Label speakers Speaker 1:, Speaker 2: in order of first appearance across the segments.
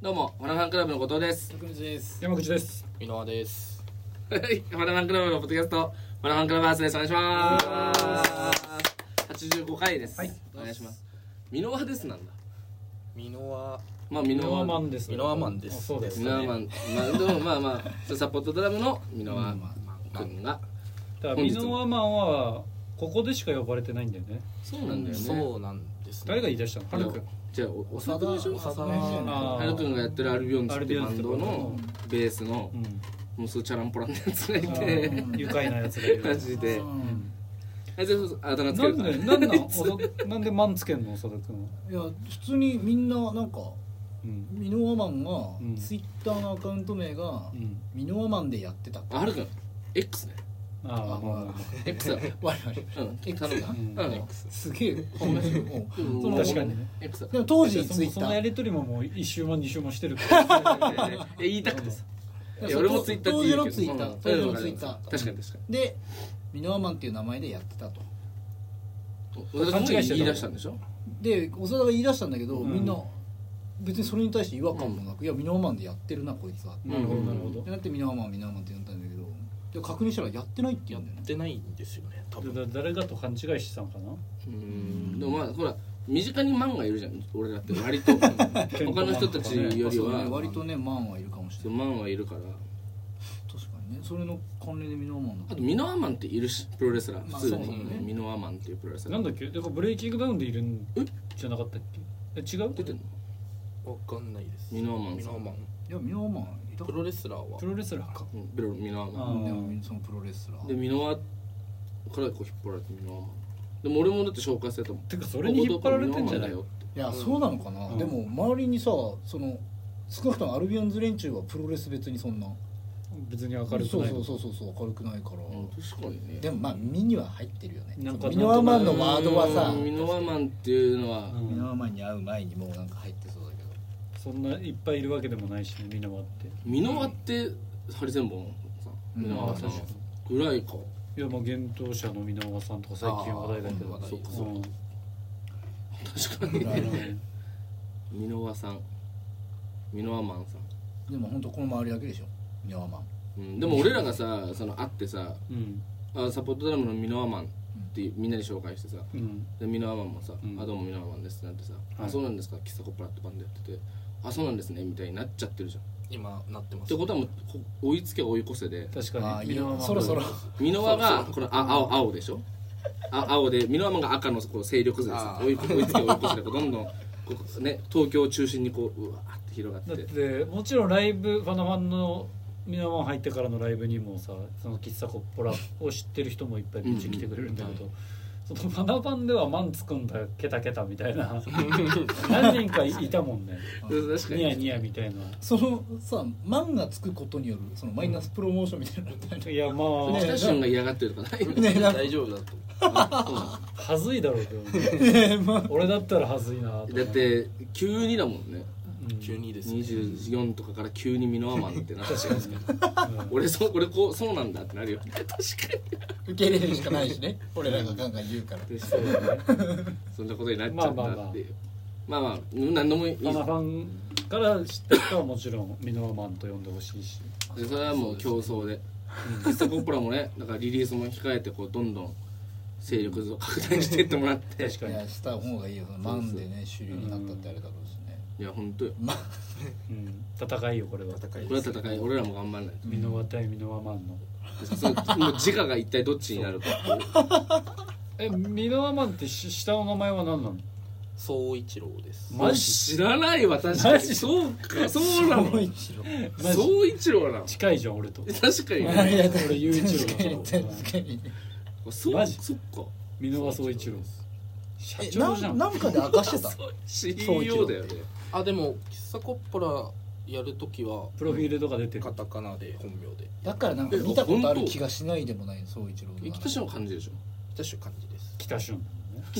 Speaker 1: どうも、ファナファンクラブの後藤です。
Speaker 2: 徳光です。
Speaker 3: 山口です
Speaker 2: 井上です。
Speaker 1: はいファナファンクラブのポッドキャスト、ファナファンクラブハウスです。お願いします。八十五回です。
Speaker 3: はい
Speaker 1: お願いします。ミノワですなんだ。
Speaker 2: ミノワ
Speaker 1: まあ、ミ
Speaker 3: ミノ
Speaker 1: ノ
Speaker 3: ワ
Speaker 1: ワ
Speaker 3: マンです
Speaker 2: ミノワマンです
Speaker 3: あそうです
Speaker 1: ミノワマン、まあ、でも、まあ、まあ、サポートドラムのミノワ君が。
Speaker 3: だから
Speaker 1: 本
Speaker 3: ミ
Speaker 1: 日も
Speaker 3: ノワマンはここでしか呼ばれてないんだよね
Speaker 1: そうなんだよね。
Speaker 2: そうなんです、ね。
Speaker 3: 誰が言い出したのハルくん
Speaker 1: じゃあ、お、おさだでしょ。
Speaker 2: 長田
Speaker 3: あ
Speaker 1: は
Speaker 3: ー
Speaker 1: るくんがやってるアルビオンズっていうバンド
Speaker 3: アルビオ
Speaker 1: の
Speaker 3: ンズっ
Speaker 1: ベースの
Speaker 3: う、ん
Speaker 1: もうすぐチャランポランのやつがい
Speaker 3: あ
Speaker 1: て、
Speaker 3: ー愉快なやつがいる
Speaker 1: マジで
Speaker 2: う。
Speaker 3: うん
Speaker 1: あ、じゃあそうそう、あだ名つけ
Speaker 3: な
Speaker 1: る
Speaker 3: ん
Speaker 1: か
Speaker 3: で
Speaker 1: ら。
Speaker 3: なんなんおさなんでマンつけんの長田くんはい
Speaker 4: や普通にみんななんか
Speaker 3: うん
Speaker 4: ミノワマン
Speaker 3: うん
Speaker 4: がツイッターのアカウント名が
Speaker 3: うん
Speaker 4: ミノワマンでやってたって
Speaker 1: あ、はるくん、X ね。
Speaker 3: ああまあまあ
Speaker 1: X だ。
Speaker 4: 我々
Speaker 1: うん、
Speaker 4: X
Speaker 1: 頼むな。
Speaker 3: う
Speaker 1: うん、
Speaker 4: すげえ面白いもう
Speaker 1: うん
Speaker 4: その
Speaker 3: 確かにね
Speaker 1: X だ。
Speaker 4: でも当
Speaker 3: い
Speaker 4: 時
Speaker 3: やそ
Speaker 4: ツイ
Speaker 3: の
Speaker 4: ッ
Speaker 3: そ
Speaker 4: タ
Speaker 3: のや
Speaker 4: ー
Speaker 3: りとりももう一周も二周もしてるから
Speaker 1: え言いたくてさ。
Speaker 4: いや
Speaker 1: いや俺もツイッター
Speaker 4: 当
Speaker 1: って
Speaker 4: 時
Speaker 1: 言う
Speaker 4: の
Speaker 1: けど
Speaker 4: ツイッタ
Speaker 1: う
Speaker 4: ー
Speaker 1: ん
Speaker 4: 当時のツイッタ
Speaker 1: 確
Speaker 4: ー
Speaker 1: かに確か
Speaker 4: でミノワマンっていう名前でやってたと
Speaker 1: に。私も
Speaker 3: 勘違いしてた
Speaker 1: 言い出したんでしょ
Speaker 4: で長田が言い出したんだけど
Speaker 3: うん
Speaker 4: みんな別にそれに対して違和感もなくいやミノワマンでやってるなこいつは
Speaker 3: なるほどなるほ
Speaker 4: ってなってミノワマンミノワマンって呼んだんだけどで確認したらやってないって言
Speaker 2: や
Speaker 4: う
Speaker 2: っ
Speaker 4: んだよね
Speaker 2: てないんですよね。多
Speaker 3: ど
Speaker 2: 分。
Speaker 3: だだ誰かと勘違いしてたのかな
Speaker 1: うん。でもまあ、ほら、身近にマンがいるじゃん。俺だって割と。他の人たちより
Speaker 4: そうね
Speaker 1: は、
Speaker 4: 割とねマンはいるかもしれない
Speaker 1: マンはいるから。
Speaker 4: 確かにねそれの関連でミノーマン
Speaker 1: あ
Speaker 4: だ
Speaker 1: と、ミノアマンっているし、プロレスラー。
Speaker 4: まあ
Speaker 1: 普通
Speaker 4: そう
Speaker 1: に
Speaker 4: だね。
Speaker 1: ミノアマンっていうプロレスラ
Speaker 3: な
Speaker 1: ー。
Speaker 3: んだっけだからブレイキングダウンでいるん
Speaker 1: え
Speaker 3: じゃなかったっけえ違う
Speaker 1: 出てんの
Speaker 2: わかんないです。
Speaker 1: ミノワマン
Speaker 2: ミノワマン。
Speaker 4: いやミノーマンいた
Speaker 2: プロレスラーは
Speaker 3: プロレスラーか
Speaker 1: うんベロミノアマ
Speaker 3: あ
Speaker 4: うんでもそのプロレスラ
Speaker 1: ン。で、
Speaker 4: ー
Speaker 1: ミノアからこう引っ張られてミノアマン。でも俺もだって紹介されたもん。
Speaker 3: てかそれに引っ張られてんじゃない
Speaker 1: 後藤君ミノアマンだよって
Speaker 4: いやそうなのかな、
Speaker 3: うん
Speaker 4: でも周りにさその少なくともアルビオンズ連中はプロレス別にそんな
Speaker 3: 別に明るくない
Speaker 4: そうそうそうそうそう明るくないから、
Speaker 1: うん確かにね。
Speaker 4: でもまあ身には入ってるよね
Speaker 3: なんか
Speaker 4: そのミノーマンのワードはさ
Speaker 1: うんミノワマンっていうのは、
Speaker 3: うん
Speaker 4: ミノーマンに会う前にもうなんか入ってそうだけど
Speaker 3: そんないっぱいいるわけでもないしねみんなはって
Speaker 1: ミノワってハリセンボンさん、
Speaker 4: うん
Speaker 1: ミノワさん
Speaker 3: 確か
Speaker 1: ぐらいか
Speaker 3: いやまあ厳冬者の箕輪さんとか最近話題だけど
Speaker 4: あー
Speaker 1: そっかそっか
Speaker 3: うん
Speaker 1: 確かに
Speaker 4: なるほ
Speaker 1: ミノワさんミノワマンさん、
Speaker 4: でも本当この周りだけでしょミノーマン
Speaker 1: うん、でも俺らがさその会ってさ
Speaker 3: うん
Speaker 1: あサポートドラムのミノワマンってみんなに紹介してさ
Speaker 3: うん
Speaker 1: でミノワマンもさ「
Speaker 3: うん
Speaker 1: あどうもミノワマンです」ってなってさ「
Speaker 3: は
Speaker 1: あ
Speaker 3: い
Speaker 1: そうなんですか喫茶コッパラってバンドやっててあそうなんですね」みたいになっちゃってるじゃんっ
Speaker 2: 今なってます。
Speaker 1: てことはもうこ追いつけ追い越せで
Speaker 3: 確
Speaker 4: あ
Speaker 3: か
Speaker 4: あ
Speaker 3: に
Speaker 4: いいよ
Speaker 3: 箕輪は
Speaker 4: そろそろ
Speaker 1: ミノワがこのあ青青でしょあ青でミノワマンが赤のこう勢力図です
Speaker 2: あー
Speaker 1: 追い追いつけ追い越しでこうどんどんこう、ね、東京を中心にこううわーって広が
Speaker 3: だ
Speaker 1: っ
Speaker 3: っててもちろんライブファナファンの箕輪入ってからのライブにもさその喫茶コッポラを知ってる人もいっぱいめっちゃ来てくれるんだけど、そのファナファンではマンつくんだケタケタみたい な 何人かいたもんね
Speaker 1: うん確か
Speaker 3: ニヤ
Speaker 1: に
Speaker 3: ニヤみたいな
Speaker 4: そのさマンがつくことによるそのマイナスプロモーションみたいなのってある
Speaker 3: いやまあ、
Speaker 1: 北
Speaker 4: ね
Speaker 1: 俊が嫌がってるとかないよね
Speaker 4: ねなんか
Speaker 2: 大丈夫だと思
Speaker 3: はずいだろうけど、俺だったらはずいなと思う
Speaker 1: だって急にだもんね
Speaker 3: うん
Speaker 2: う。急にですね。
Speaker 1: 24とかから急にミノワマンって なって
Speaker 3: 確かに、うん
Speaker 1: 俺そう俺こうそうなんだってなるよね確か
Speaker 4: 受け入れるしかないしね 俺らがガンガン言うから
Speaker 1: にそうだねそんなことになっちゃったっていうまあまあ何でもいい
Speaker 3: ファナファンから知った人はもちろんミノワマンと呼んでほしいし
Speaker 1: でそれはもう競争で喫茶コップラもね だからリリースも控えてこうどんどん勢力図を拡大していってもらって
Speaker 3: 確か
Speaker 4: い
Speaker 3: に、
Speaker 4: やした方がいいよそのマンでね主流になったってあれだろうし ね
Speaker 1: いや本当よ
Speaker 4: ま
Speaker 3: うん、戦いよこれは
Speaker 2: 戦い
Speaker 1: これは戦い俺らも頑張んない
Speaker 3: ミノワ対ミノワマンの
Speaker 1: とそのもう自我が一体どっちになるか っていう
Speaker 3: えミノワマンってし下の名前は何なの
Speaker 2: 総一郎です。
Speaker 3: マジ
Speaker 1: 知らないわ確か
Speaker 3: マ
Speaker 1: に
Speaker 3: ジ
Speaker 1: そうかそうなの
Speaker 4: 一郎
Speaker 3: マジ
Speaker 1: 総一郎なの
Speaker 3: 近いじゃん俺と
Speaker 1: 確かに
Speaker 4: あり
Speaker 1: ね
Speaker 4: がとう
Speaker 3: 俺雄一郎だ
Speaker 4: 確かに確かに
Speaker 1: そう
Speaker 3: マジ
Speaker 1: そっか
Speaker 3: ミノワ総一郎社
Speaker 4: え
Speaker 3: 長じゃ
Speaker 4: なん
Speaker 3: ん
Speaker 4: なんかで明か してた
Speaker 1: CEO だよね
Speaker 2: あでも喫茶コッポラやるときは
Speaker 3: プロフィールとか出てる
Speaker 2: カタカナで本名で。
Speaker 4: だからなんか見たことある気がしないでもない総一郎
Speaker 1: 生きとしの感じでしょ
Speaker 2: 一種感じです。
Speaker 3: 北俊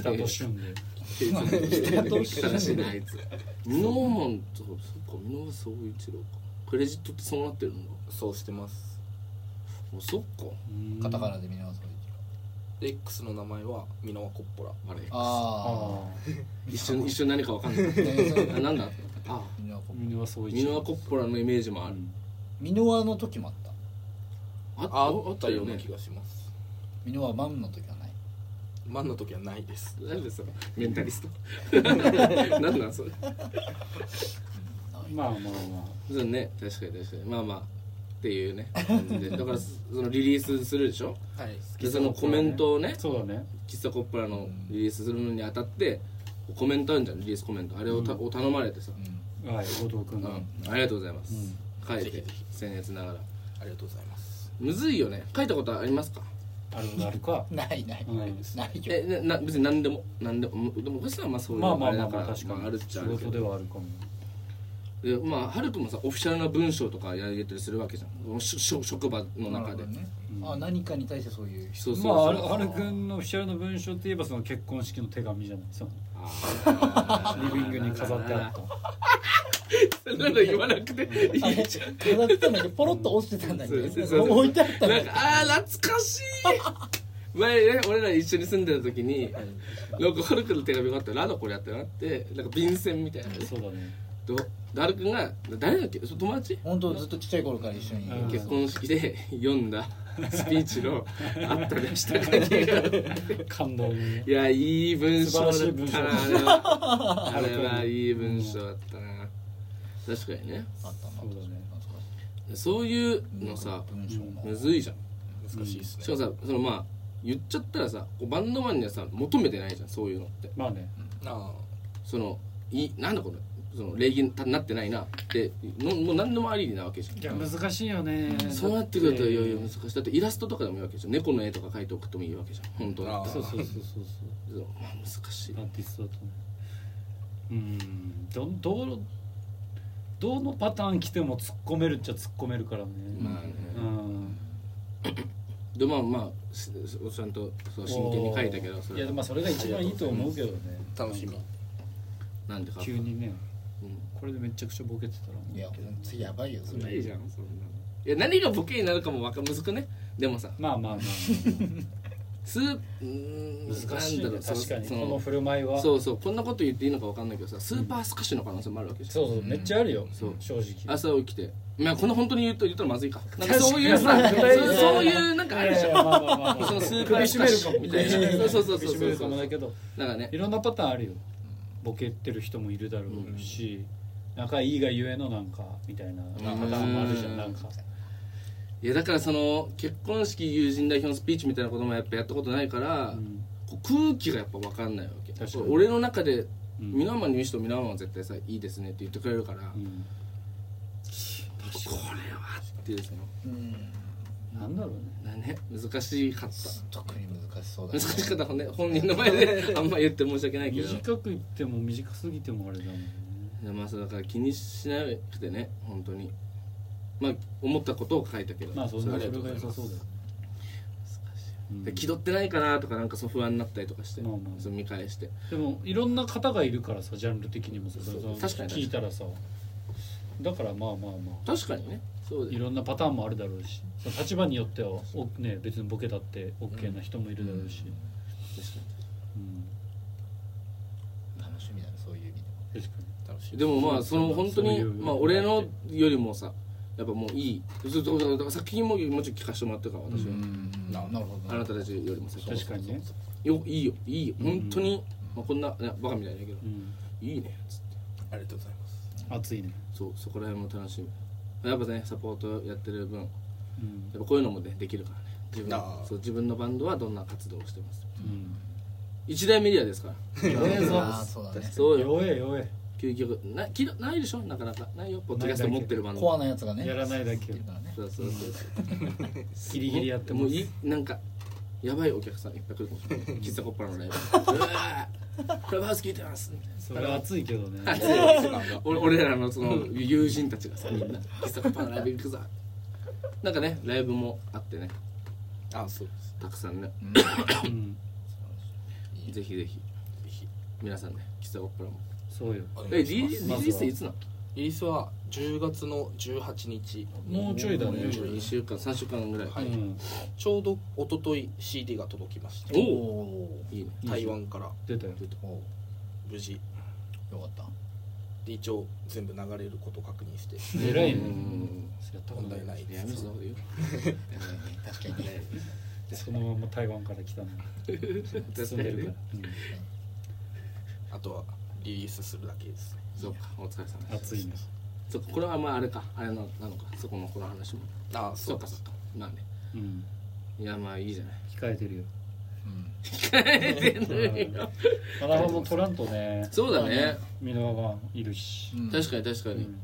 Speaker 3: なのね北と俊で
Speaker 1: 生きとしのあいつミノーマンそうそっかミノー総一郎かクレジットってそうなってるんだ
Speaker 2: そうしてます。
Speaker 1: あそっか
Speaker 3: うん
Speaker 4: カタカナで見直す
Speaker 2: で X の名前はミノワコッポラ。
Speaker 1: あれ
Speaker 4: あ
Speaker 3: あ
Speaker 1: 一瞬一瞬何かわかんない
Speaker 4: あねそれ
Speaker 1: あなんだあ
Speaker 4: ミノワコップ
Speaker 3: 箕輪総一
Speaker 1: ミノワコッポラのイメージもある、
Speaker 3: うん
Speaker 4: ミノワの時もあった
Speaker 1: あ
Speaker 2: ああったような気がします
Speaker 4: ミノワマンの時はない
Speaker 2: マンの時はないです
Speaker 1: 何でそれメンタリスト何なんそれ
Speaker 3: まあまあま
Speaker 1: そうね確かに確かにまあまあっていうね感じでだからそのリリースするでしょ
Speaker 2: はい
Speaker 1: でそのコメントをね
Speaker 3: あそうだね
Speaker 1: 喫茶コップラのリリースするのにあたってコメントあるじゃんリリースコメントあれをた、
Speaker 3: うん
Speaker 1: を頼まれてさ、
Speaker 3: はい後藤
Speaker 1: う
Speaker 3: 君
Speaker 1: ん
Speaker 3: が
Speaker 1: ありがとうございます、
Speaker 3: うん
Speaker 1: 書い
Speaker 2: ぜひ
Speaker 1: て
Speaker 2: ぜひ
Speaker 1: 僭越ながら
Speaker 2: ありがとうございます
Speaker 1: むずいよね書いたことありますか
Speaker 3: あるあるか
Speaker 4: うんないない
Speaker 3: うん
Speaker 4: ないですないよ
Speaker 1: えなな別に何でも何でもでも星さんはまあそういう
Speaker 3: まあまあ
Speaker 1: れ
Speaker 3: ま
Speaker 1: だ
Speaker 3: あまあ
Speaker 1: ら
Speaker 3: 確か
Speaker 1: まあ、ある
Speaker 3: に
Speaker 1: っち
Speaker 3: 仕
Speaker 1: ゃあるけ
Speaker 3: 事で
Speaker 1: ど
Speaker 3: はあるかも
Speaker 1: でまあはるくんもさオフィシャルな文章とかやり入れたりするわけじゃんしし職場の
Speaker 4: なる
Speaker 1: 中
Speaker 4: ほ
Speaker 1: で、
Speaker 4: どね
Speaker 3: うん
Speaker 4: あ何かに対してそういう
Speaker 1: そうそう
Speaker 3: ま
Speaker 1: そう
Speaker 3: ああるはるくんのオフィシャルの文章っていえばその結婚式の手紙じゃないその
Speaker 1: あー
Speaker 3: リビングに飾ってあった
Speaker 1: そんなの言わなくていい
Speaker 4: あれ飾ってたんだけどポロッと落ちてたんだけ
Speaker 1: そうそうそ
Speaker 4: ど
Speaker 1: う
Speaker 4: 置いてあったん
Speaker 1: な
Speaker 4: だ
Speaker 1: ん
Speaker 4: け
Speaker 1: か
Speaker 4: ど
Speaker 1: あー懐かしい前ね俺ら一緒に住んでた時になんかハルくんの手紙があったら「なんだこれやってなってなんか便箋みたいなね
Speaker 3: そうだね
Speaker 1: とハルくんが誰だっけそ友達
Speaker 4: 本当ずっとちっちゃい頃から一緒に
Speaker 3: うん
Speaker 1: 結婚式で 読ん だスピーチのあったりした感じが
Speaker 3: 感動に
Speaker 1: いやいい文章だった
Speaker 3: 素晴らしい文
Speaker 1: な
Speaker 3: 章
Speaker 1: あれはあれはいい文章だったな確かにね
Speaker 4: あったな
Speaker 3: そうだね
Speaker 4: 懐かし
Speaker 1: そういう
Speaker 4: い
Speaker 1: のさ
Speaker 4: 文章の
Speaker 1: むずいじゃん
Speaker 2: 難しいです
Speaker 1: しか
Speaker 2: ね
Speaker 1: もさそのまあ言っちゃったらさこうバンドマンにはさ求めてないじゃんそういうのって
Speaker 3: まあね
Speaker 2: あ
Speaker 1: そのいなんだこれその礼儀になってないなってのもう何でもありなわけじ
Speaker 3: い
Speaker 1: ゃん
Speaker 3: や難しいよね
Speaker 1: そうなってくるといよいよ
Speaker 3: だ
Speaker 1: 難
Speaker 3: って
Speaker 1: しいだってイラストとかでもいいわけじゃん猫の絵とか描いておくともいいわけじゃん本当だったら
Speaker 3: そうそうそうそう
Speaker 1: そうまあ難しい
Speaker 3: そうアーティストだとねうんどどうどのパターン来ても突っ込めるっちゃ突っ込めるからね
Speaker 1: まあね
Speaker 3: うん
Speaker 1: でまあまあししちゃんとそう真剣に描いたけどそ
Speaker 3: い
Speaker 1: れは
Speaker 3: やでもまあそれが一番いいと思うけどね
Speaker 2: あ楽しみ
Speaker 1: なんでか
Speaker 3: 急にね
Speaker 1: うん
Speaker 3: これでめちゃくちゃボケてたら
Speaker 4: いやほんとやばいよそれ
Speaker 1: じゃんそんないや何がボケになるかもわかむずくねでもさ
Speaker 3: まあまあまあ
Speaker 1: すうん
Speaker 3: 難しい
Speaker 1: なんだろ
Speaker 3: ね
Speaker 1: うそ
Speaker 3: 確かに
Speaker 1: そ
Speaker 3: この振る舞いは
Speaker 1: そうそうこんなこと言っていいのかわかんないけどさスーパースカシの可能性もあるわけじゃん
Speaker 3: そうそうめっちゃあるよ
Speaker 1: そう
Speaker 3: 正直
Speaker 1: 朝起きてまあこんな本当に言うと言ったらまずいかなんか
Speaker 3: 確かに
Speaker 1: そういうさ
Speaker 3: まあ
Speaker 1: そうそういうなんかあるじゃん
Speaker 3: いやいやまあまあまあまあ
Speaker 1: そのスーパ
Speaker 3: 首
Speaker 1: ース
Speaker 3: 絞
Speaker 1: カ
Speaker 3: める
Speaker 1: シ
Speaker 3: かも
Speaker 1: みたいな そうそうそう
Speaker 3: 首
Speaker 1: そ
Speaker 3: 絞め
Speaker 1: う
Speaker 3: るか
Speaker 1: そう
Speaker 3: もだけど
Speaker 1: なんかね
Speaker 3: いろんなパターンあるよボケてる人もいるだろうし仲いいがゆえのなんかみたいなパターンもあるじゃ
Speaker 1: うん
Speaker 3: んなんか
Speaker 1: いやだからその結婚式友人代表のスピーチみたいなこともやっぱやったことないから、
Speaker 3: うん
Speaker 1: こう空気がやっぱ分かんないわけ
Speaker 3: 確かに
Speaker 1: 俺の中で
Speaker 3: うん
Speaker 1: 皆マンに言う人皆マンは絶対さ「いいですね」って言ってくれるから、
Speaker 3: うん
Speaker 1: これはっていうその
Speaker 4: うん
Speaker 3: なんだろうね
Speaker 1: なね難しかった
Speaker 4: 特に難しそうだ
Speaker 1: 難
Speaker 4: ね
Speaker 1: しかったほんで本人の前 であんま言って申し訳ないけど
Speaker 3: 短く言っても短すぎてもあれだもんね
Speaker 1: いやまあそうだから気にしなくてね本当にまあ思ったことを書いたけど、
Speaker 3: まあそんな
Speaker 1: れ
Speaker 3: そ
Speaker 1: は
Speaker 3: れが良さそうだようん
Speaker 1: で気取ってないかなとかなんかそう不安になったりとかして、
Speaker 3: まあまあ
Speaker 1: そう見返して
Speaker 3: でもいろんな方がいるからさジャンル的にもさその
Speaker 1: 確かに
Speaker 3: 聞いたらさだからまあまあまあ
Speaker 1: 確かにねそうだ
Speaker 3: い
Speaker 1: よ
Speaker 3: ろんなパターンもあるだろうしその立場によってはお、ね、別にボケだって OK な人もいるだろうし、
Speaker 1: 確かに
Speaker 3: うん
Speaker 4: 楽しみだねそういう意味でも
Speaker 3: 確か
Speaker 2: 楽しみ
Speaker 1: でもまあその本当
Speaker 3: そうい
Speaker 1: に
Speaker 3: う
Speaker 1: まあ俺のよりもさやっぱもういいそうそうそうだから作品ももちろん聞かせてもらってるから私は、
Speaker 4: うんなるほど
Speaker 1: あなたたちよりもさ
Speaker 3: に確かにね
Speaker 1: よいいよいいよ
Speaker 3: うん
Speaker 1: 本当に、まあ、こんな、ね、バカみたいだけど
Speaker 3: うん
Speaker 1: いいねっつって
Speaker 2: ありがとうございます
Speaker 3: 熱いね、
Speaker 1: そうそこら辺も楽しみやっぱねサポートやってる分や
Speaker 3: うん
Speaker 1: っぱこういうのもねできるからね自分
Speaker 2: あー
Speaker 1: そう自分のバンドはどんな活動をしてます
Speaker 3: うん、
Speaker 1: 一大メディアですから
Speaker 3: 弱えぞ
Speaker 4: あーそうだね
Speaker 1: そうよ
Speaker 3: 弱え弱え
Speaker 1: 究極なきないでしょなかなかないよポッドキャスト持ってるバンド
Speaker 4: コアなやつがね
Speaker 3: やらないだけ
Speaker 4: やってるからね
Speaker 1: そうそうそうそう
Speaker 3: ギリギリやって
Speaker 1: も
Speaker 3: ま
Speaker 1: う
Speaker 3: す
Speaker 1: いなんかやばいお客さんいっぱい来るかもしれない喫茶コッパの ライブうわークラブハウス聞いてますみたい
Speaker 3: それは熱いけど ね
Speaker 1: な俺俺らのその友人たちがさみんな喫茶コッパのライブ行くぞなんかねライブもあってね
Speaker 2: あそうです
Speaker 1: たくさんね
Speaker 4: うん
Speaker 3: うん
Speaker 1: ぜひぜひ
Speaker 2: ぜひ
Speaker 1: 皆さんね喫茶コッパも
Speaker 3: そうよ
Speaker 2: お
Speaker 1: え
Speaker 2: 願
Speaker 1: リ
Speaker 2: いし
Speaker 1: リ
Speaker 2: ま
Speaker 1: リー
Speaker 2: す
Speaker 3: まずは
Speaker 1: スっていつなの
Speaker 2: リリースは10月の18日
Speaker 3: もうちょいだ
Speaker 1: も
Speaker 3: ね
Speaker 1: う2週間3週間ぐらい、
Speaker 2: はい
Speaker 3: うん、
Speaker 2: ちょうど一昨日 CD が届きました
Speaker 1: お
Speaker 4: お
Speaker 1: いいね
Speaker 2: 台湾から
Speaker 3: 出たよ
Speaker 4: お
Speaker 2: 無事
Speaker 4: よかった
Speaker 2: で一応全部流れることを確認して
Speaker 3: 偉いね
Speaker 1: うん
Speaker 3: それやったことない
Speaker 2: 問題ない
Speaker 1: やめそうよ
Speaker 4: 確かにね
Speaker 3: そのまま台湾から来たの
Speaker 1: 確
Speaker 3: 住
Speaker 1: か
Speaker 3: んで
Speaker 1: に
Speaker 3: るか
Speaker 1: ね
Speaker 3: ら、
Speaker 2: あとはリリースするだけですね
Speaker 1: そうかお疲れ様
Speaker 3: うん、暑いね
Speaker 1: そうかこれはまああれかあれななのかそこのこの話も
Speaker 2: ああ
Speaker 1: そ
Speaker 2: そうう
Speaker 1: か
Speaker 2: か
Speaker 1: そうかまあね
Speaker 3: うん
Speaker 1: いやまあいいじゃない
Speaker 3: 控えてるよ
Speaker 1: のに
Speaker 3: マラファも取らんとね
Speaker 1: そうだね
Speaker 3: ミノワいるし、
Speaker 4: うん
Speaker 1: 確かに確か
Speaker 3: う
Speaker 1: に、
Speaker 3: ん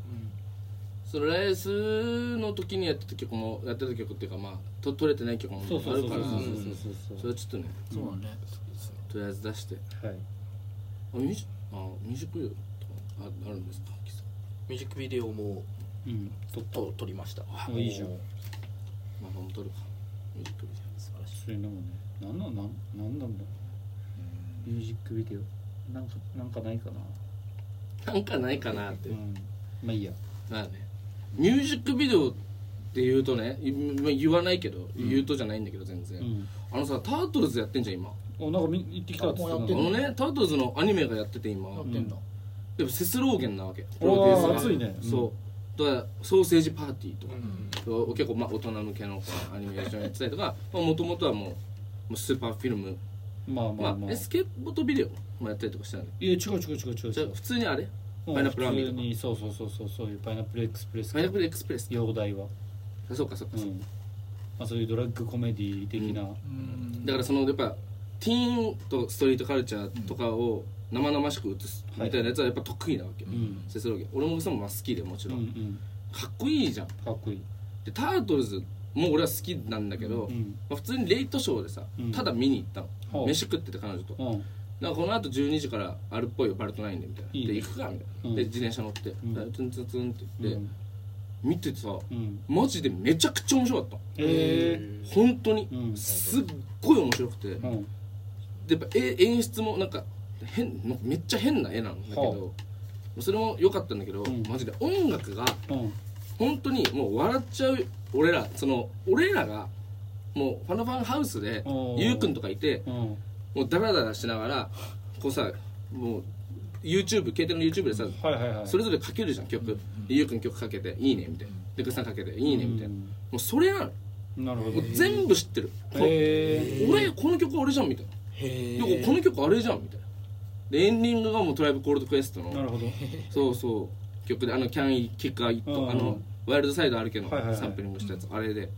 Speaker 1: そのライスの時にやってた曲もやってた曲っていうかまあと取れてない曲もあ
Speaker 3: そうそう
Speaker 1: る
Speaker 3: そう
Speaker 1: か
Speaker 3: そう
Speaker 1: ら
Speaker 3: そうそ
Speaker 1: う
Speaker 3: う
Speaker 1: ん
Speaker 3: そう
Speaker 1: それはちょっとね
Speaker 4: そうだね
Speaker 2: そうですね
Speaker 1: とりあえず出して
Speaker 3: はい
Speaker 1: あミュージあミュージックビデオとかああるんですかキス
Speaker 2: ミュージックビデオも
Speaker 3: うん
Speaker 2: とと撮りました
Speaker 1: あ
Speaker 3: いいじゃん
Speaker 1: まあ本撮るかミュージックビデ
Speaker 2: 素晴らしい
Speaker 3: そういうのもねなんなんなんなんなんだろうミュージックビデオなんかなんかないかな
Speaker 1: オなんかないかなって
Speaker 3: うんまあいいや
Speaker 1: まあねミュージックビデオって言うとねいまあ言わないけど、言うとじゃないんだけど全然、
Speaker 3: うん
Speaker 1: あのさタートルズやってんじゃん今
Speaker 3: おなんかみ行ってきたつ
Speaker 4: あもうやっ
Speaker 1: あ
Speaker 4: てん
Speaker 1: のねタートルズのアニメがやってて今、
Speaker 4: やってんだ
Speaker 1: でもセスローゲンなわけプ
Speaker 3: おー
Speaker 1: ロデュースが
Speaker 3: 熱いねうん
Speaker 1: そうだからソーセージパーティーとか
Speaker 2: う、ん
Speaker 1: そう結構まあ大人向けのこうアニメーションやってたりとかもともとはもうもうスーパーフィルム、
Speaker 3: まあ
Speaker 1: ま
Speaker 3: ま
Speaker 1: あ
Speaker 3: あまあ、
Speaker 1: スケボートビデオもやったりとかしたんだ
Speaker 3: いや違う違う違う違う
Speaker 1: けどじ
Speaker 3: 違
Speaker 1: ゃ
Speaker 3: う
Speaker 1: あ普通にあれ
Speaker 3: うん
Speaker 1: パイナップルラーメン
Speaker 3: 普通にそうそうそうそうそういうパイナップルエクスプレス
Speaker 1: パイナップルエクスプレス
Speaker 3: 容題は
Speaker 1: あそうかそうか
Speaker 3: う
Speaker 1: そうか、
Speaker 3: んまあそういうドラッグコメディ的な
Speaker 4: うん
Speaker 1: だからそのやっぱティーンとストリートカルチャーとかを生々しく映すみたいなやつはやっぱ得意なわけ、
Speaker 3: うん
Speaker 1: セスローゲン俺もそのまあ好きでもち
Speaker 3: うん
Speaker 1: ろ、
Speaker 3: うんん
Speaker 1: かっこいいじゃん
Speaker 3: かっこいい
Speaker 1: でタートルズも俺は好きなんだけど、
Speaker 3: うん
Speaker 1: まあ、普通にレイトショーでさ、
Speaker 3: うん
Speaker 1: ただ見に行ったの、
Speaker 3: うん
Speaker 1: 飯食ってて彼女と、
Speaker 3: うん
Speaker 1: なんかこの後12時からあるっぽいよバルトナインでみたいな「
Speaker 3: いいね
Speaker 1: で行くか」みたいな、
Speaker 3: うん
Speaker 1: で自転車乗って、
Speaker 3: ん
Speaker 1: でツンツンツンって
Speaker 3: う
Speaker 1: 行って、
Speaker 3: ん
Speaker 1: 見ててさ
Speaker 3: うん
Speaker 1: マジでめちゃくちゃ面白かった
Speaker 3: ええ
Speaker 1: 本当に、
Speaker 3: うん
Speaker 1: すっごい面白くて、
Speaker 3: う
Speaker 1: で
Speaker 3: ん
Speaker 1: やっぱえ演出もなんか変なんかめっちゃ変な絵なんだけど
Speaker 3: は、
Speaker 1: それも良かったんだけど、
Speaker 3: うん
Speaker 1: マジで音楽が
Speaker 3: うん
Speaker 1: 本当にもう笑っちゃう俺らその俺らがもうファナファンハウスで
Speaker 3: おー
Speaker 1: ゆうくんとかいて
Speaker 3: うん
Speaker 1: もうダラダラしながらこうさもう YouTube 携帯の YouTube でさ、
Speaker 3: はいはいはい
Speaker 1: それぞれかけるじゃん曲、でゆうくん曲かけて「いいね」みたいなでくさんかけて「いいね」みたいな、
Speaker 3: うん
Speaker 1: もうそれなのも
Speaker 3: なるほど
Speaker 1: う全部知ってる、こ
Speaker 3: え
Speaker 1: 俺この曲俺じゃんみたいな、
Speaker 2: へ
Speaker 1: でこの曲あれじゃんみたいなでエンディングがもう「トライブコールドクエストの
Speaker 3: なるほど
Speaker 1: そうそう曲であの「キャン・イ・キッカー・イッ
Speaker 3: うんう
Speaker 1: ト」
Speaker 3: ん
Speaker 1: あの「ワイルド・サイド・歩け」の
Speaker 3: はいはいはい
Speaker 1: サンプリングしたやつ、あれで
Speaker 4: へ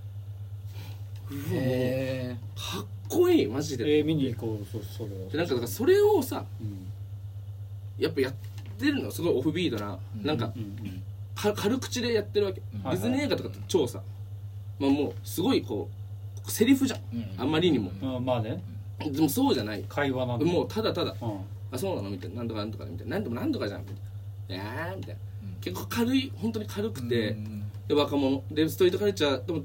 Speaker 4: え
Speaker 1: かっこいいマジで,、
Speaker 3: えー見に行こうそうそれは
Speaker 1: でなんかだからそれをさ
Speaker 3: うん
Speaker 1: やっぱやってるのすごいオフビートな、なんか
Speaker 3: うんうん
Speaker 1: か軽口でやってるわけ、
Speaker 3: はいはい
Speaker 1: ディズニー映画とかって超さまあもうすごいこうセリフじゃん、
Speaker 4: うん
Speaker 1: あんまりにも、
Speaker 3: うんまあね
Speaker 1: でもそうじゃない
Speaker 3: 会話なんで
Speaker 1: もうただただ
Speaker 3: うん
Speaker 1: 「あそうなの?」みたいな「なんとかなんとか」みたいな「なんでもなんとかじゃん」みたいな「いやー」みたいな
Speaker 4: うん
Speaker 1: 結構軽い本当に軽くて、
Speaker 4: うん
Speaker 1: で若者でストリートカルチャーでも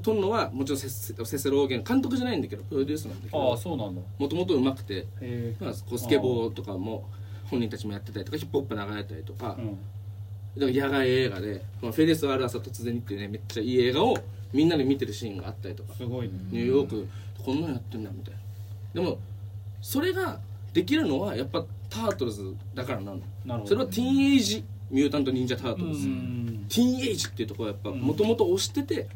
Speaker 1: 撮るのはもちろんセセセセローゲン監督じゃないんだけどプロデュースなんだけ
Speaker 3: あ
Speaker 1: ど
Speaker 3: あそうなんだ
Speaker 1: もともとうまくて
Speaker 3: へえ
Speaker 1: まあこうスケボーとかも本人たちもやってたりとかヒップホップ流れたりとか
Speaker 3: う、ん
Speaker 1: だから野外映画で「このフェリス・アルアサ突然に」っていうねめっちゃいい映画をみんなで見てるシーンがあったりとか
Speaker 3: すごいね
Speaker 1: ニューヨークこんなのやってんだみたいなでもそれができるのはやっぱタートルズだからなんだ
Speaker 3: なるほど
Speaker 1: それはティーンエイジミュータント・忍者・タートルズ
Speaker 3: うん
Speaker 1: ティーンエイジっていうところはやっぱ
Speaker 3: うん
Speaker 1: もともと推してて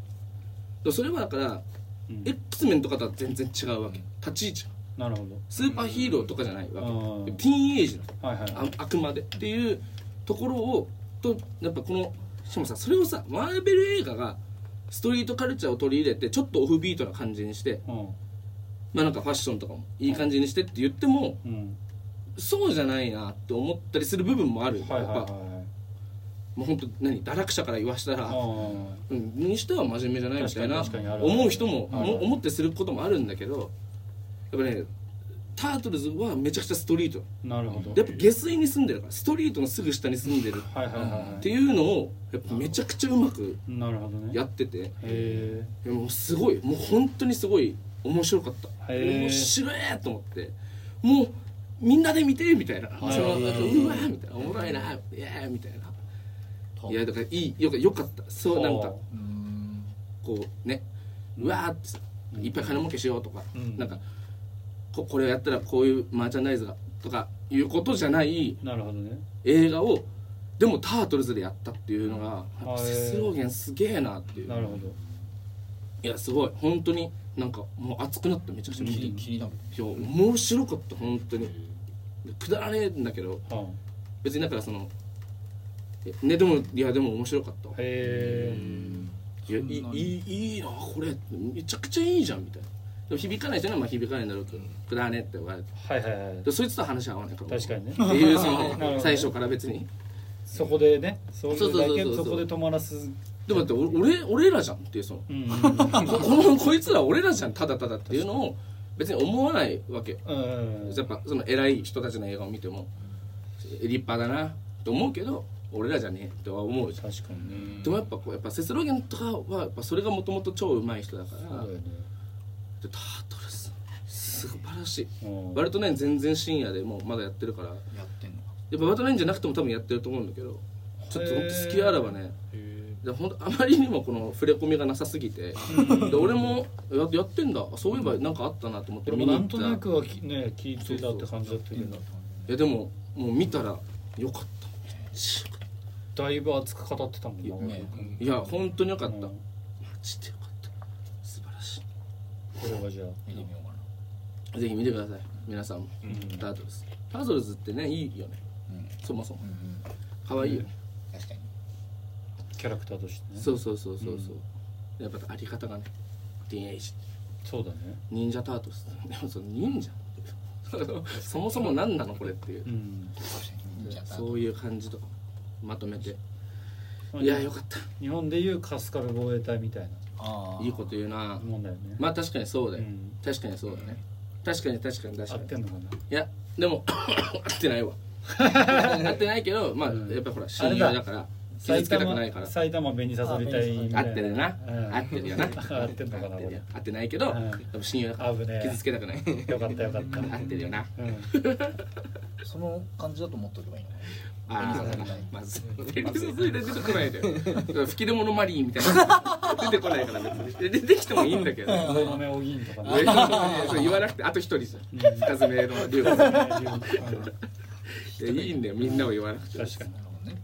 Speaker 1: それはだから
Speaker 3: うん
Speaker 1: X メンとかとは全然違うわけ立ち位置が
Speaker 3: なるほど
Speaker 1: スーパーヒーローとかじゃないわ
Speaker 3: う
Speaker 1: け
Speaker 3: ん
Speaker 1: でもティーンエイジなの
Speaker 3: はいはい
Speaker 1: ああくまでっていうところをとやっぱこのしかもさそれをさマーベル映画がストリートカルチャーを取り入れてちょっとオフビートな感じにして
Speaker 3: うん
Speaker 1: まあなんかファッションとかもいい感じにしてって言っても
Speaker 3: うん
Speaker 1: そうじゃないなって思ったりする部分もある、
Speaker 3: はいはい
Speaker 1: や
Speaker 3: は
Speaker 1: っぱ
Speaker 3: い
Speaker 1: もう本当何堕落者から言わしたら、
Speaker 3: あ
Speaker 1: うん、にしては真面目じゃないみたいな
Speaker 3: 確かに確かにあるある
Speaker 1: 思う人も
Speaker 3: あるある
Speaker 1: も思ってすることもあるんだけどやっぱねタートルズはめちゃくちゃストリート
Speaker 3: あなるほど
Speaker 1: やっぱ下水に住んでるからストリートのすぐ下に住んでる
Speaker 3: はいはいはいは
Speaker 1: っていうのをやっぱめちゃくちゃうまく
Speaker 3: いなるほどね
Speaker 1: やってて
Speaker 3: へ
Speaker 1: もうすごいもう本当にすごい面白かった
Speaker 3: へー
Speaker 1: 面白いと思ってもうみんなで見てみたいなその
Speaker 3: いはい
Speaker 1: なんか
Speaker 3: はいう
Speaker 1: わーみたいなおもろいなイエーみたいないやだからいいよかよかった
Speaker 3: え
Speaker 1: そうなんか
Speaker 4: うん
Speaker 1: こうねうわーってさいっぱい金儲けしようとか、
Speaker 3: うん
Speaker 1: なんかここれをやったらこういうマーチャンダイズがとかいうことじゃない
Speaker 3: なるほどね
Speaker 1: 映画をでもタートルズでやったっていうのが
Speaker 3: うん
Speaker 1: やっぱセスローゲンすげえなっていう
Speaker 3: なるほど
Speaker 1: いやすごい本当になんかもう熱くなってめちゃくちゃ見て
Speaker 2: 気
Speaker 1: い
Speaker 2: 気になる
Speaker 1: や面白かった本当にくだらねえんだけど
Speaker 3: は
Speaker 1: 別にだからそのえねでもいやでも面白かったわ
Speaker 3: あへ
Speaker 1: いやい
Speaker 2: そんない
Speaker 1: いいいなこれめちゃくちゃいいじゃんみたいなでも響かない人にはまあ響かないんだろうけどくだらねえって言われて
Speaker 3: えはいはいはい
Speaker 1: でそいつとは話合わないから
Speaker 3: 確か
Speaker 1: に
Speaker 3: にね
Speaker 1: っていうそ
Speaker 3: なるほ
Speaker 1: の
Speaker 3: ど
Speaker 1: 最初から別に
Speaker 3: そこでねそれ
Speaker 1: そうそうそう
Speaker 3: だ
Speaker 1: そう
Speaker 3: けそこで止まらす
Speaker 1: でもだって俺俺俺らじゃんっていうその
Speaker 3: うんうん
Speaker 1: こ このこいつら俺らじゃんただただっていうのを別に思わないわけ
Speaker 3: うん
Speaker 1: やっぱその偉い人たちの映画を見ても立派だなと思うけど俺らじゃねえとは思うじゃん
Speaker 3: 確かにね
Speaker 1: でもやっぱこうやっぱセスロゲンとかはやっぱそれがもともと超うまい人だか
Speaker 3: そうだ
Speaker 1: ら
Speaker 3: よね
Speaker 1: でタートルズ素晴らしい
Speaker 3: うん
Speaker 1: バルトナイン全然深夜でもうまだやってるから
Speaker 4: やってんのか
Speaker 1: でバルトナインじゃなくても多分やってると思うんだけどちょっと本当好きあらばね
Speaker 2: へ
Speaker 1: で本当あまりにもこの触れ込みがなさすぎてで俺もややってんだそういえばなんかあったなと思って見
Speaker 3: 俺
Speaker 1: に
Speaker 3: も
Speaker 1: 行
Speaker 3: なん
Speaker 1: った
Speaker 3: となくはきね聞いてたって感じだったけど
Speaker 1: いやでももう見たらよかっためっちゃよかっ
Speaker 3: だいぶ熱く語ってたもんな
Speaker 1: う
Speaker 4: ね
Speaker 1: たいや本当によかった
Speaker 3: う
Speaker 1: マ
Speaker 3: ん
Speaker 1: ジでよかった素晴らし
Speaker 3: これはじゃあ
Speaker 4: 見てみようかない
Speaker 1: ぜひ見てください皆さんも
Speaker 3: うん
Speaker 1: タートルズタートルズってねいいよね
Speaker 4: うん
Speaker 1: そもそも
Speaker 4: うんうん
Speaker 1: 可愛いよね
Speaker 4: 確かに
Speaker 3: キャラクターとしてね
Speaker 1: そうそうそうそうそうやっぱあり方がねティーンエイジ
Speaker 3: そうだね
Speaker 1: 忍者タートルズ でもその忍者 そもそも何なのこれっていう
Speaker 3: うん
Speaker 4: 確かに忍者タート
Speaker 1: そういう感じとかまとめて
Speaker 3: まあ
Speaker 1: いやよかった
Speaker 3: 日本でいうカスカル防衛隊みたい
Speaker 4: あー
Speaker 1: いいこと言うな
Speaker 3: なもんだよね
Speaker 1: まあ確かにそうだよ
Speaker 3: うん
Speaker 1: 確かにそうだね確かに確かに確か
Speaker 3: 合っ
Speaker 1: に
Speaker 3: てんのかない
Speaker 1: やでも 合ってないわ合ってないけどまあ
Speaker 3: うん
Speaker 1: やっぱほら親友だから傷つけたくないから
Speaker 3: 埼玉紅さそりたいみた
Speaker 1: 合
Speaker 3: い
Speaker 1: ってるな
Speaker 3: うん
Speaker 1: 合ってるよな
Speaker 3: 合ってんのかな
Speaker 1: 合って
Speaker 3: こ
Speaker 1: る
Speaker 3: れ
Speaker 1: よ合ってないけどや
Speaker 3: うん
Speaker 1: っぱ親友だから
Speaker 3: 危ねえ
Speaker 1: 傷つけたくない合
Speaker 3: よかったよかった
Speaker 1: ってるよな
Speaker 3: うん
Speaker 4: その感じだと思っておけばいいのかな
Speaker 1: ああ
Speaker 4: うん
Speaker 1: まずペニス出てこないでよ吹き出物マリーみたい な出てこないから別に出てきてもいいんだけど
Speaker 3: 上の目おぎんとかね
Speaker 1: 上のそう言わなくてあと一人じゃん二つ目の龍がいやいいんだよみんなを言わなくて
Speaker 3: 確かにい
Speaker 4: なるほどね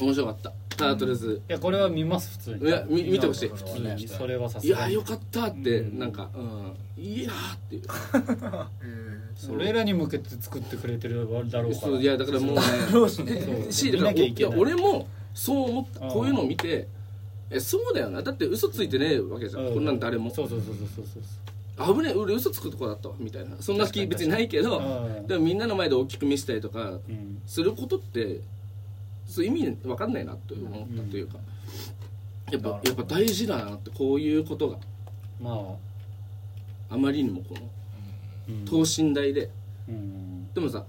Speaker 1: 面白かったタートルズ
Speaker 3: やこれは見ます普通に
Speaker 1: いやみ見てほしい
Speaker 4: なるほ
Speaker 3: 普
Speaker 4: ど
Speaker 3: 通にそれはさ
Speaker 1: い
Speaker 3: す
Speaker 1: や
Speaker 3: が
Speaker 1: ー
Speaker 3: に
Speaker 1: よかったって
Speaker 3: うん
Speaker 1: なんかうんいいなー っていう
Speaker 3: それらに向けて作ってくれてるだろうか
Speaker 1: そう
Speaker 3: ら
Speaker 1: いやだからもうね
Speaker 4: どうしね
Speaker 3: そう
Speaker 1: しだ
Speaker 3: 見
Speaker 1: から
Speaker 3: ないきゃいけ
Speaker 1: や
Speaker 3: ない
Speaker 1: 俺もそう思った
Speaker 3: うん
Speaker 1: こういうのを見てえそうだよなだって嘘ついてねえわけじゃんこんなん誰も
Speaker 3: そうそうそうそうそうそう
Speaker 1: 危ねえ俺嘘つくとこだったわみたいなそんな気別にないけど
Speaker 3: うん
Speaker 1: でもみんなの前で大きく見せたりとか
Speaker 3: うん
Speaker 1: することってそう意味わかんないなと思ったというかやっぱ
Speaker 4: なるほど
Speaker 1: やっぱ大事だなってこういうことが
Speaker 3: まあ
Speaker 1: あまりにもこの
Speaker 3: うん
Speaker 1: 等身大で
Speaker 3: うん
Speaker 1: でもさ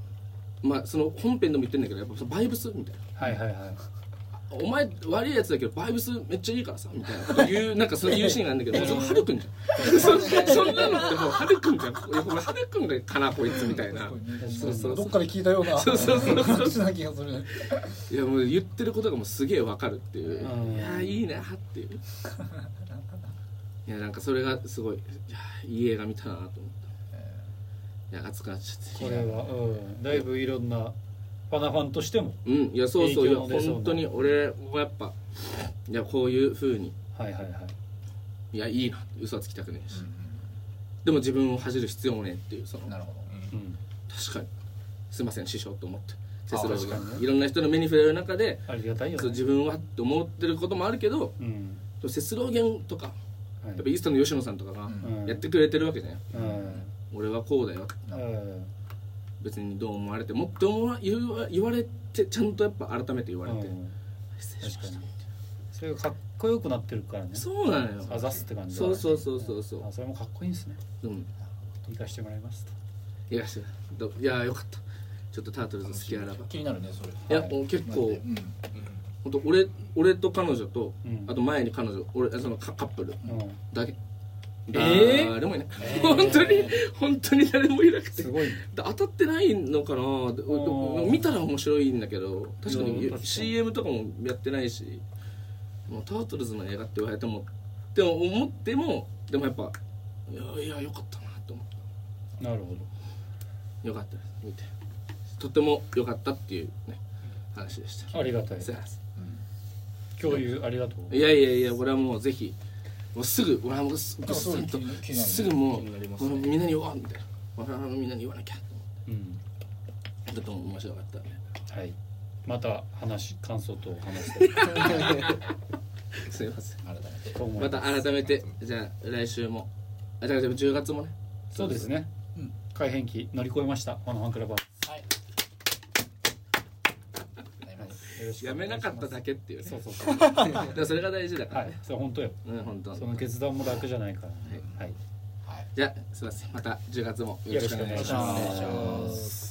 Speaker 1: まあその本編でも言ってんだけどやっぱそのバイブスみたいな
Speaker 3: はいはいはい
Speaker 1: お前悪いやつだけどバイブスめっちゃいいからさみたいなこと言うなんかそういうシーンがあるんだけどそのハルくんじゃんそそんなのってもうハルくんじゃんいやこれハルくんがかなこいつみたいなそうそうそう
Speaker 4: どっかで聞いたような
Speaker 1: そうそうそう
Speaker 4: 話な気がする
Speaker 1: いやもう言ってることがもうすげえわかるっていう
Speaker 3: うん
Speaker 1: いやーいいなっていういやなんかそれがすごいいやーいい映画見たなと思ったいや熱くなっちゃって
Speaker 3: これはうんだいぶいろんなファナファンとしても
Speaker 1: うんいやそうそういや
Speaker 3: 影響の出そうな
Speaker 1: 本当に俺もやっぱいやこういう風に
Speaker 3: はいはいはい
Speaker 1: いやいいな嘘はつきたくねえし、でも自分を恥じる必要もねえっていうその
Speaker 4: なるほど
Speaker 3: うん
Speaker 1: 確かにすいません師匠と思ってセスローが
Speaker 3: 確かに
Speaker 1: い
Speaker 3: ね
Speaker 1: ろんな人の目に触れる中で
Speaker 3: ありがたいよ
Speaker 1: そう
Speaker 3: ね
Speaker 1: 自分はって思ってることもあるけど
Speaker 3: うん
Speaker 1: でもセスローゲンとか
Speaker 3: はい
Speaker 1: やっぱイースタンの吉野さんとかが
Speaker 3: うん
Speaker 1: やってくれてるわけじゃん、
Speaker 3: うん
Speaker 1: 俺はこうだよ
Speaker 3: うん
Speaker 1: 別にどう思われてもって思わ言わ言われてちゃんとやっぱ改めて言われて、
Speaker 3: うん
Speaker 1: 失礼しました
Speaker 3: 確それがかっこよくなってるからね
Speaker 1: そうなのよ
Speaker 3: あざすって感じだ
Speaker 1: そうそうそうそうそう
Speaker 3: あそれもかっこいいんですね
Speaker 1: うん
Speaker 3: 行かしてもらいますと
Speaker 1: いやしてどいやよかったちょっとタートルズ好きあらば
Speaker 4: 気になるねそれ
Speaker 1: いや、
Speaker 3: はい
Speaker 1: もう結
Speaker 4: う
Speaker 1: 構
Speaker 4: ん
Speaker 1: 本当俺俺と彼女と、
Speaker 3: うん
Speaker 1: あと前に彼女俺そのカカップル
Speaker 3: うん
Speaker 1: だけ
Speaker 3: えー
Speaker 1: 誰もいない、本当に本当に誰もいなくて
Speaker 3: すごい
Speaker 1: で当たってないのかなで
Speaker 3: ー
Speaker 1: 見たら面白いんだけど確か
Speaker 3: うん確
Speaker 1: に
Speaker 3: かに
Speaker 1: CM とかもやってないしもうタートルズの映画って言われてもでも思ってもでもやっぱいやいやよかったなと思っ
Speaker 3: なるほど
Speaker 1: たよかったです見てとてもよかったっていうね話でした
Speaker 3: ありがたい
Speaker 1: そうです
Speaker 3: 共有ありがとう
Speaker 1: いやいやいや俺はもうぜひもうすぐ俺はもうすぐす
Speaker 4: 気になる
Speaker 1: すぐもう
Speaker 2: 気になります
Speaker 1: このみんなに言おうみたいな我々のみんなに言わなきゃ
Speaker 3: うん
Speaker 1: とても面白かったんで
Speaker 3: はいまた話感想と話したい
Speaker 1: すいません
Speaker 2: 改めて
Speaker 3: と思い
Speaker 1: ま
Speaker 3: ます
Speaker 1: た改めてじゃあ来週もあじゃあでも10月もね
Speaker 3: そうですね
Speaker 4: うん
Speaker 3: 改変期乗り越えましたこのファンクラブは
Speaker 2: はいありがとうございます
Speaker 3: よろしく
Speaker 1: や
Speaker 3: お願
Speaker 1: め
Speaker 3: いしま
Speaker 1: な
Speaker 3: す
Speaker 1: かっただけっていうね
Speaker 3: そうそうそう
Speaker 1: だからそれが大事だか
Speaker 3: は
Speaker 1: ら
Speaker 3: い
Speaker 1: ね
Speaker 3: それ本当よ
Speaker 1: うん本当
Speaker 3: その決断も楽じゃないからはい
Speaker 1: じゃあすいませんまた10月も
Speaker 3: よろしくお願いし
Speaker 4: お願
Speaker 3: ま
Speaker 4: いし
Speaker 3: す
Speaker 4: ます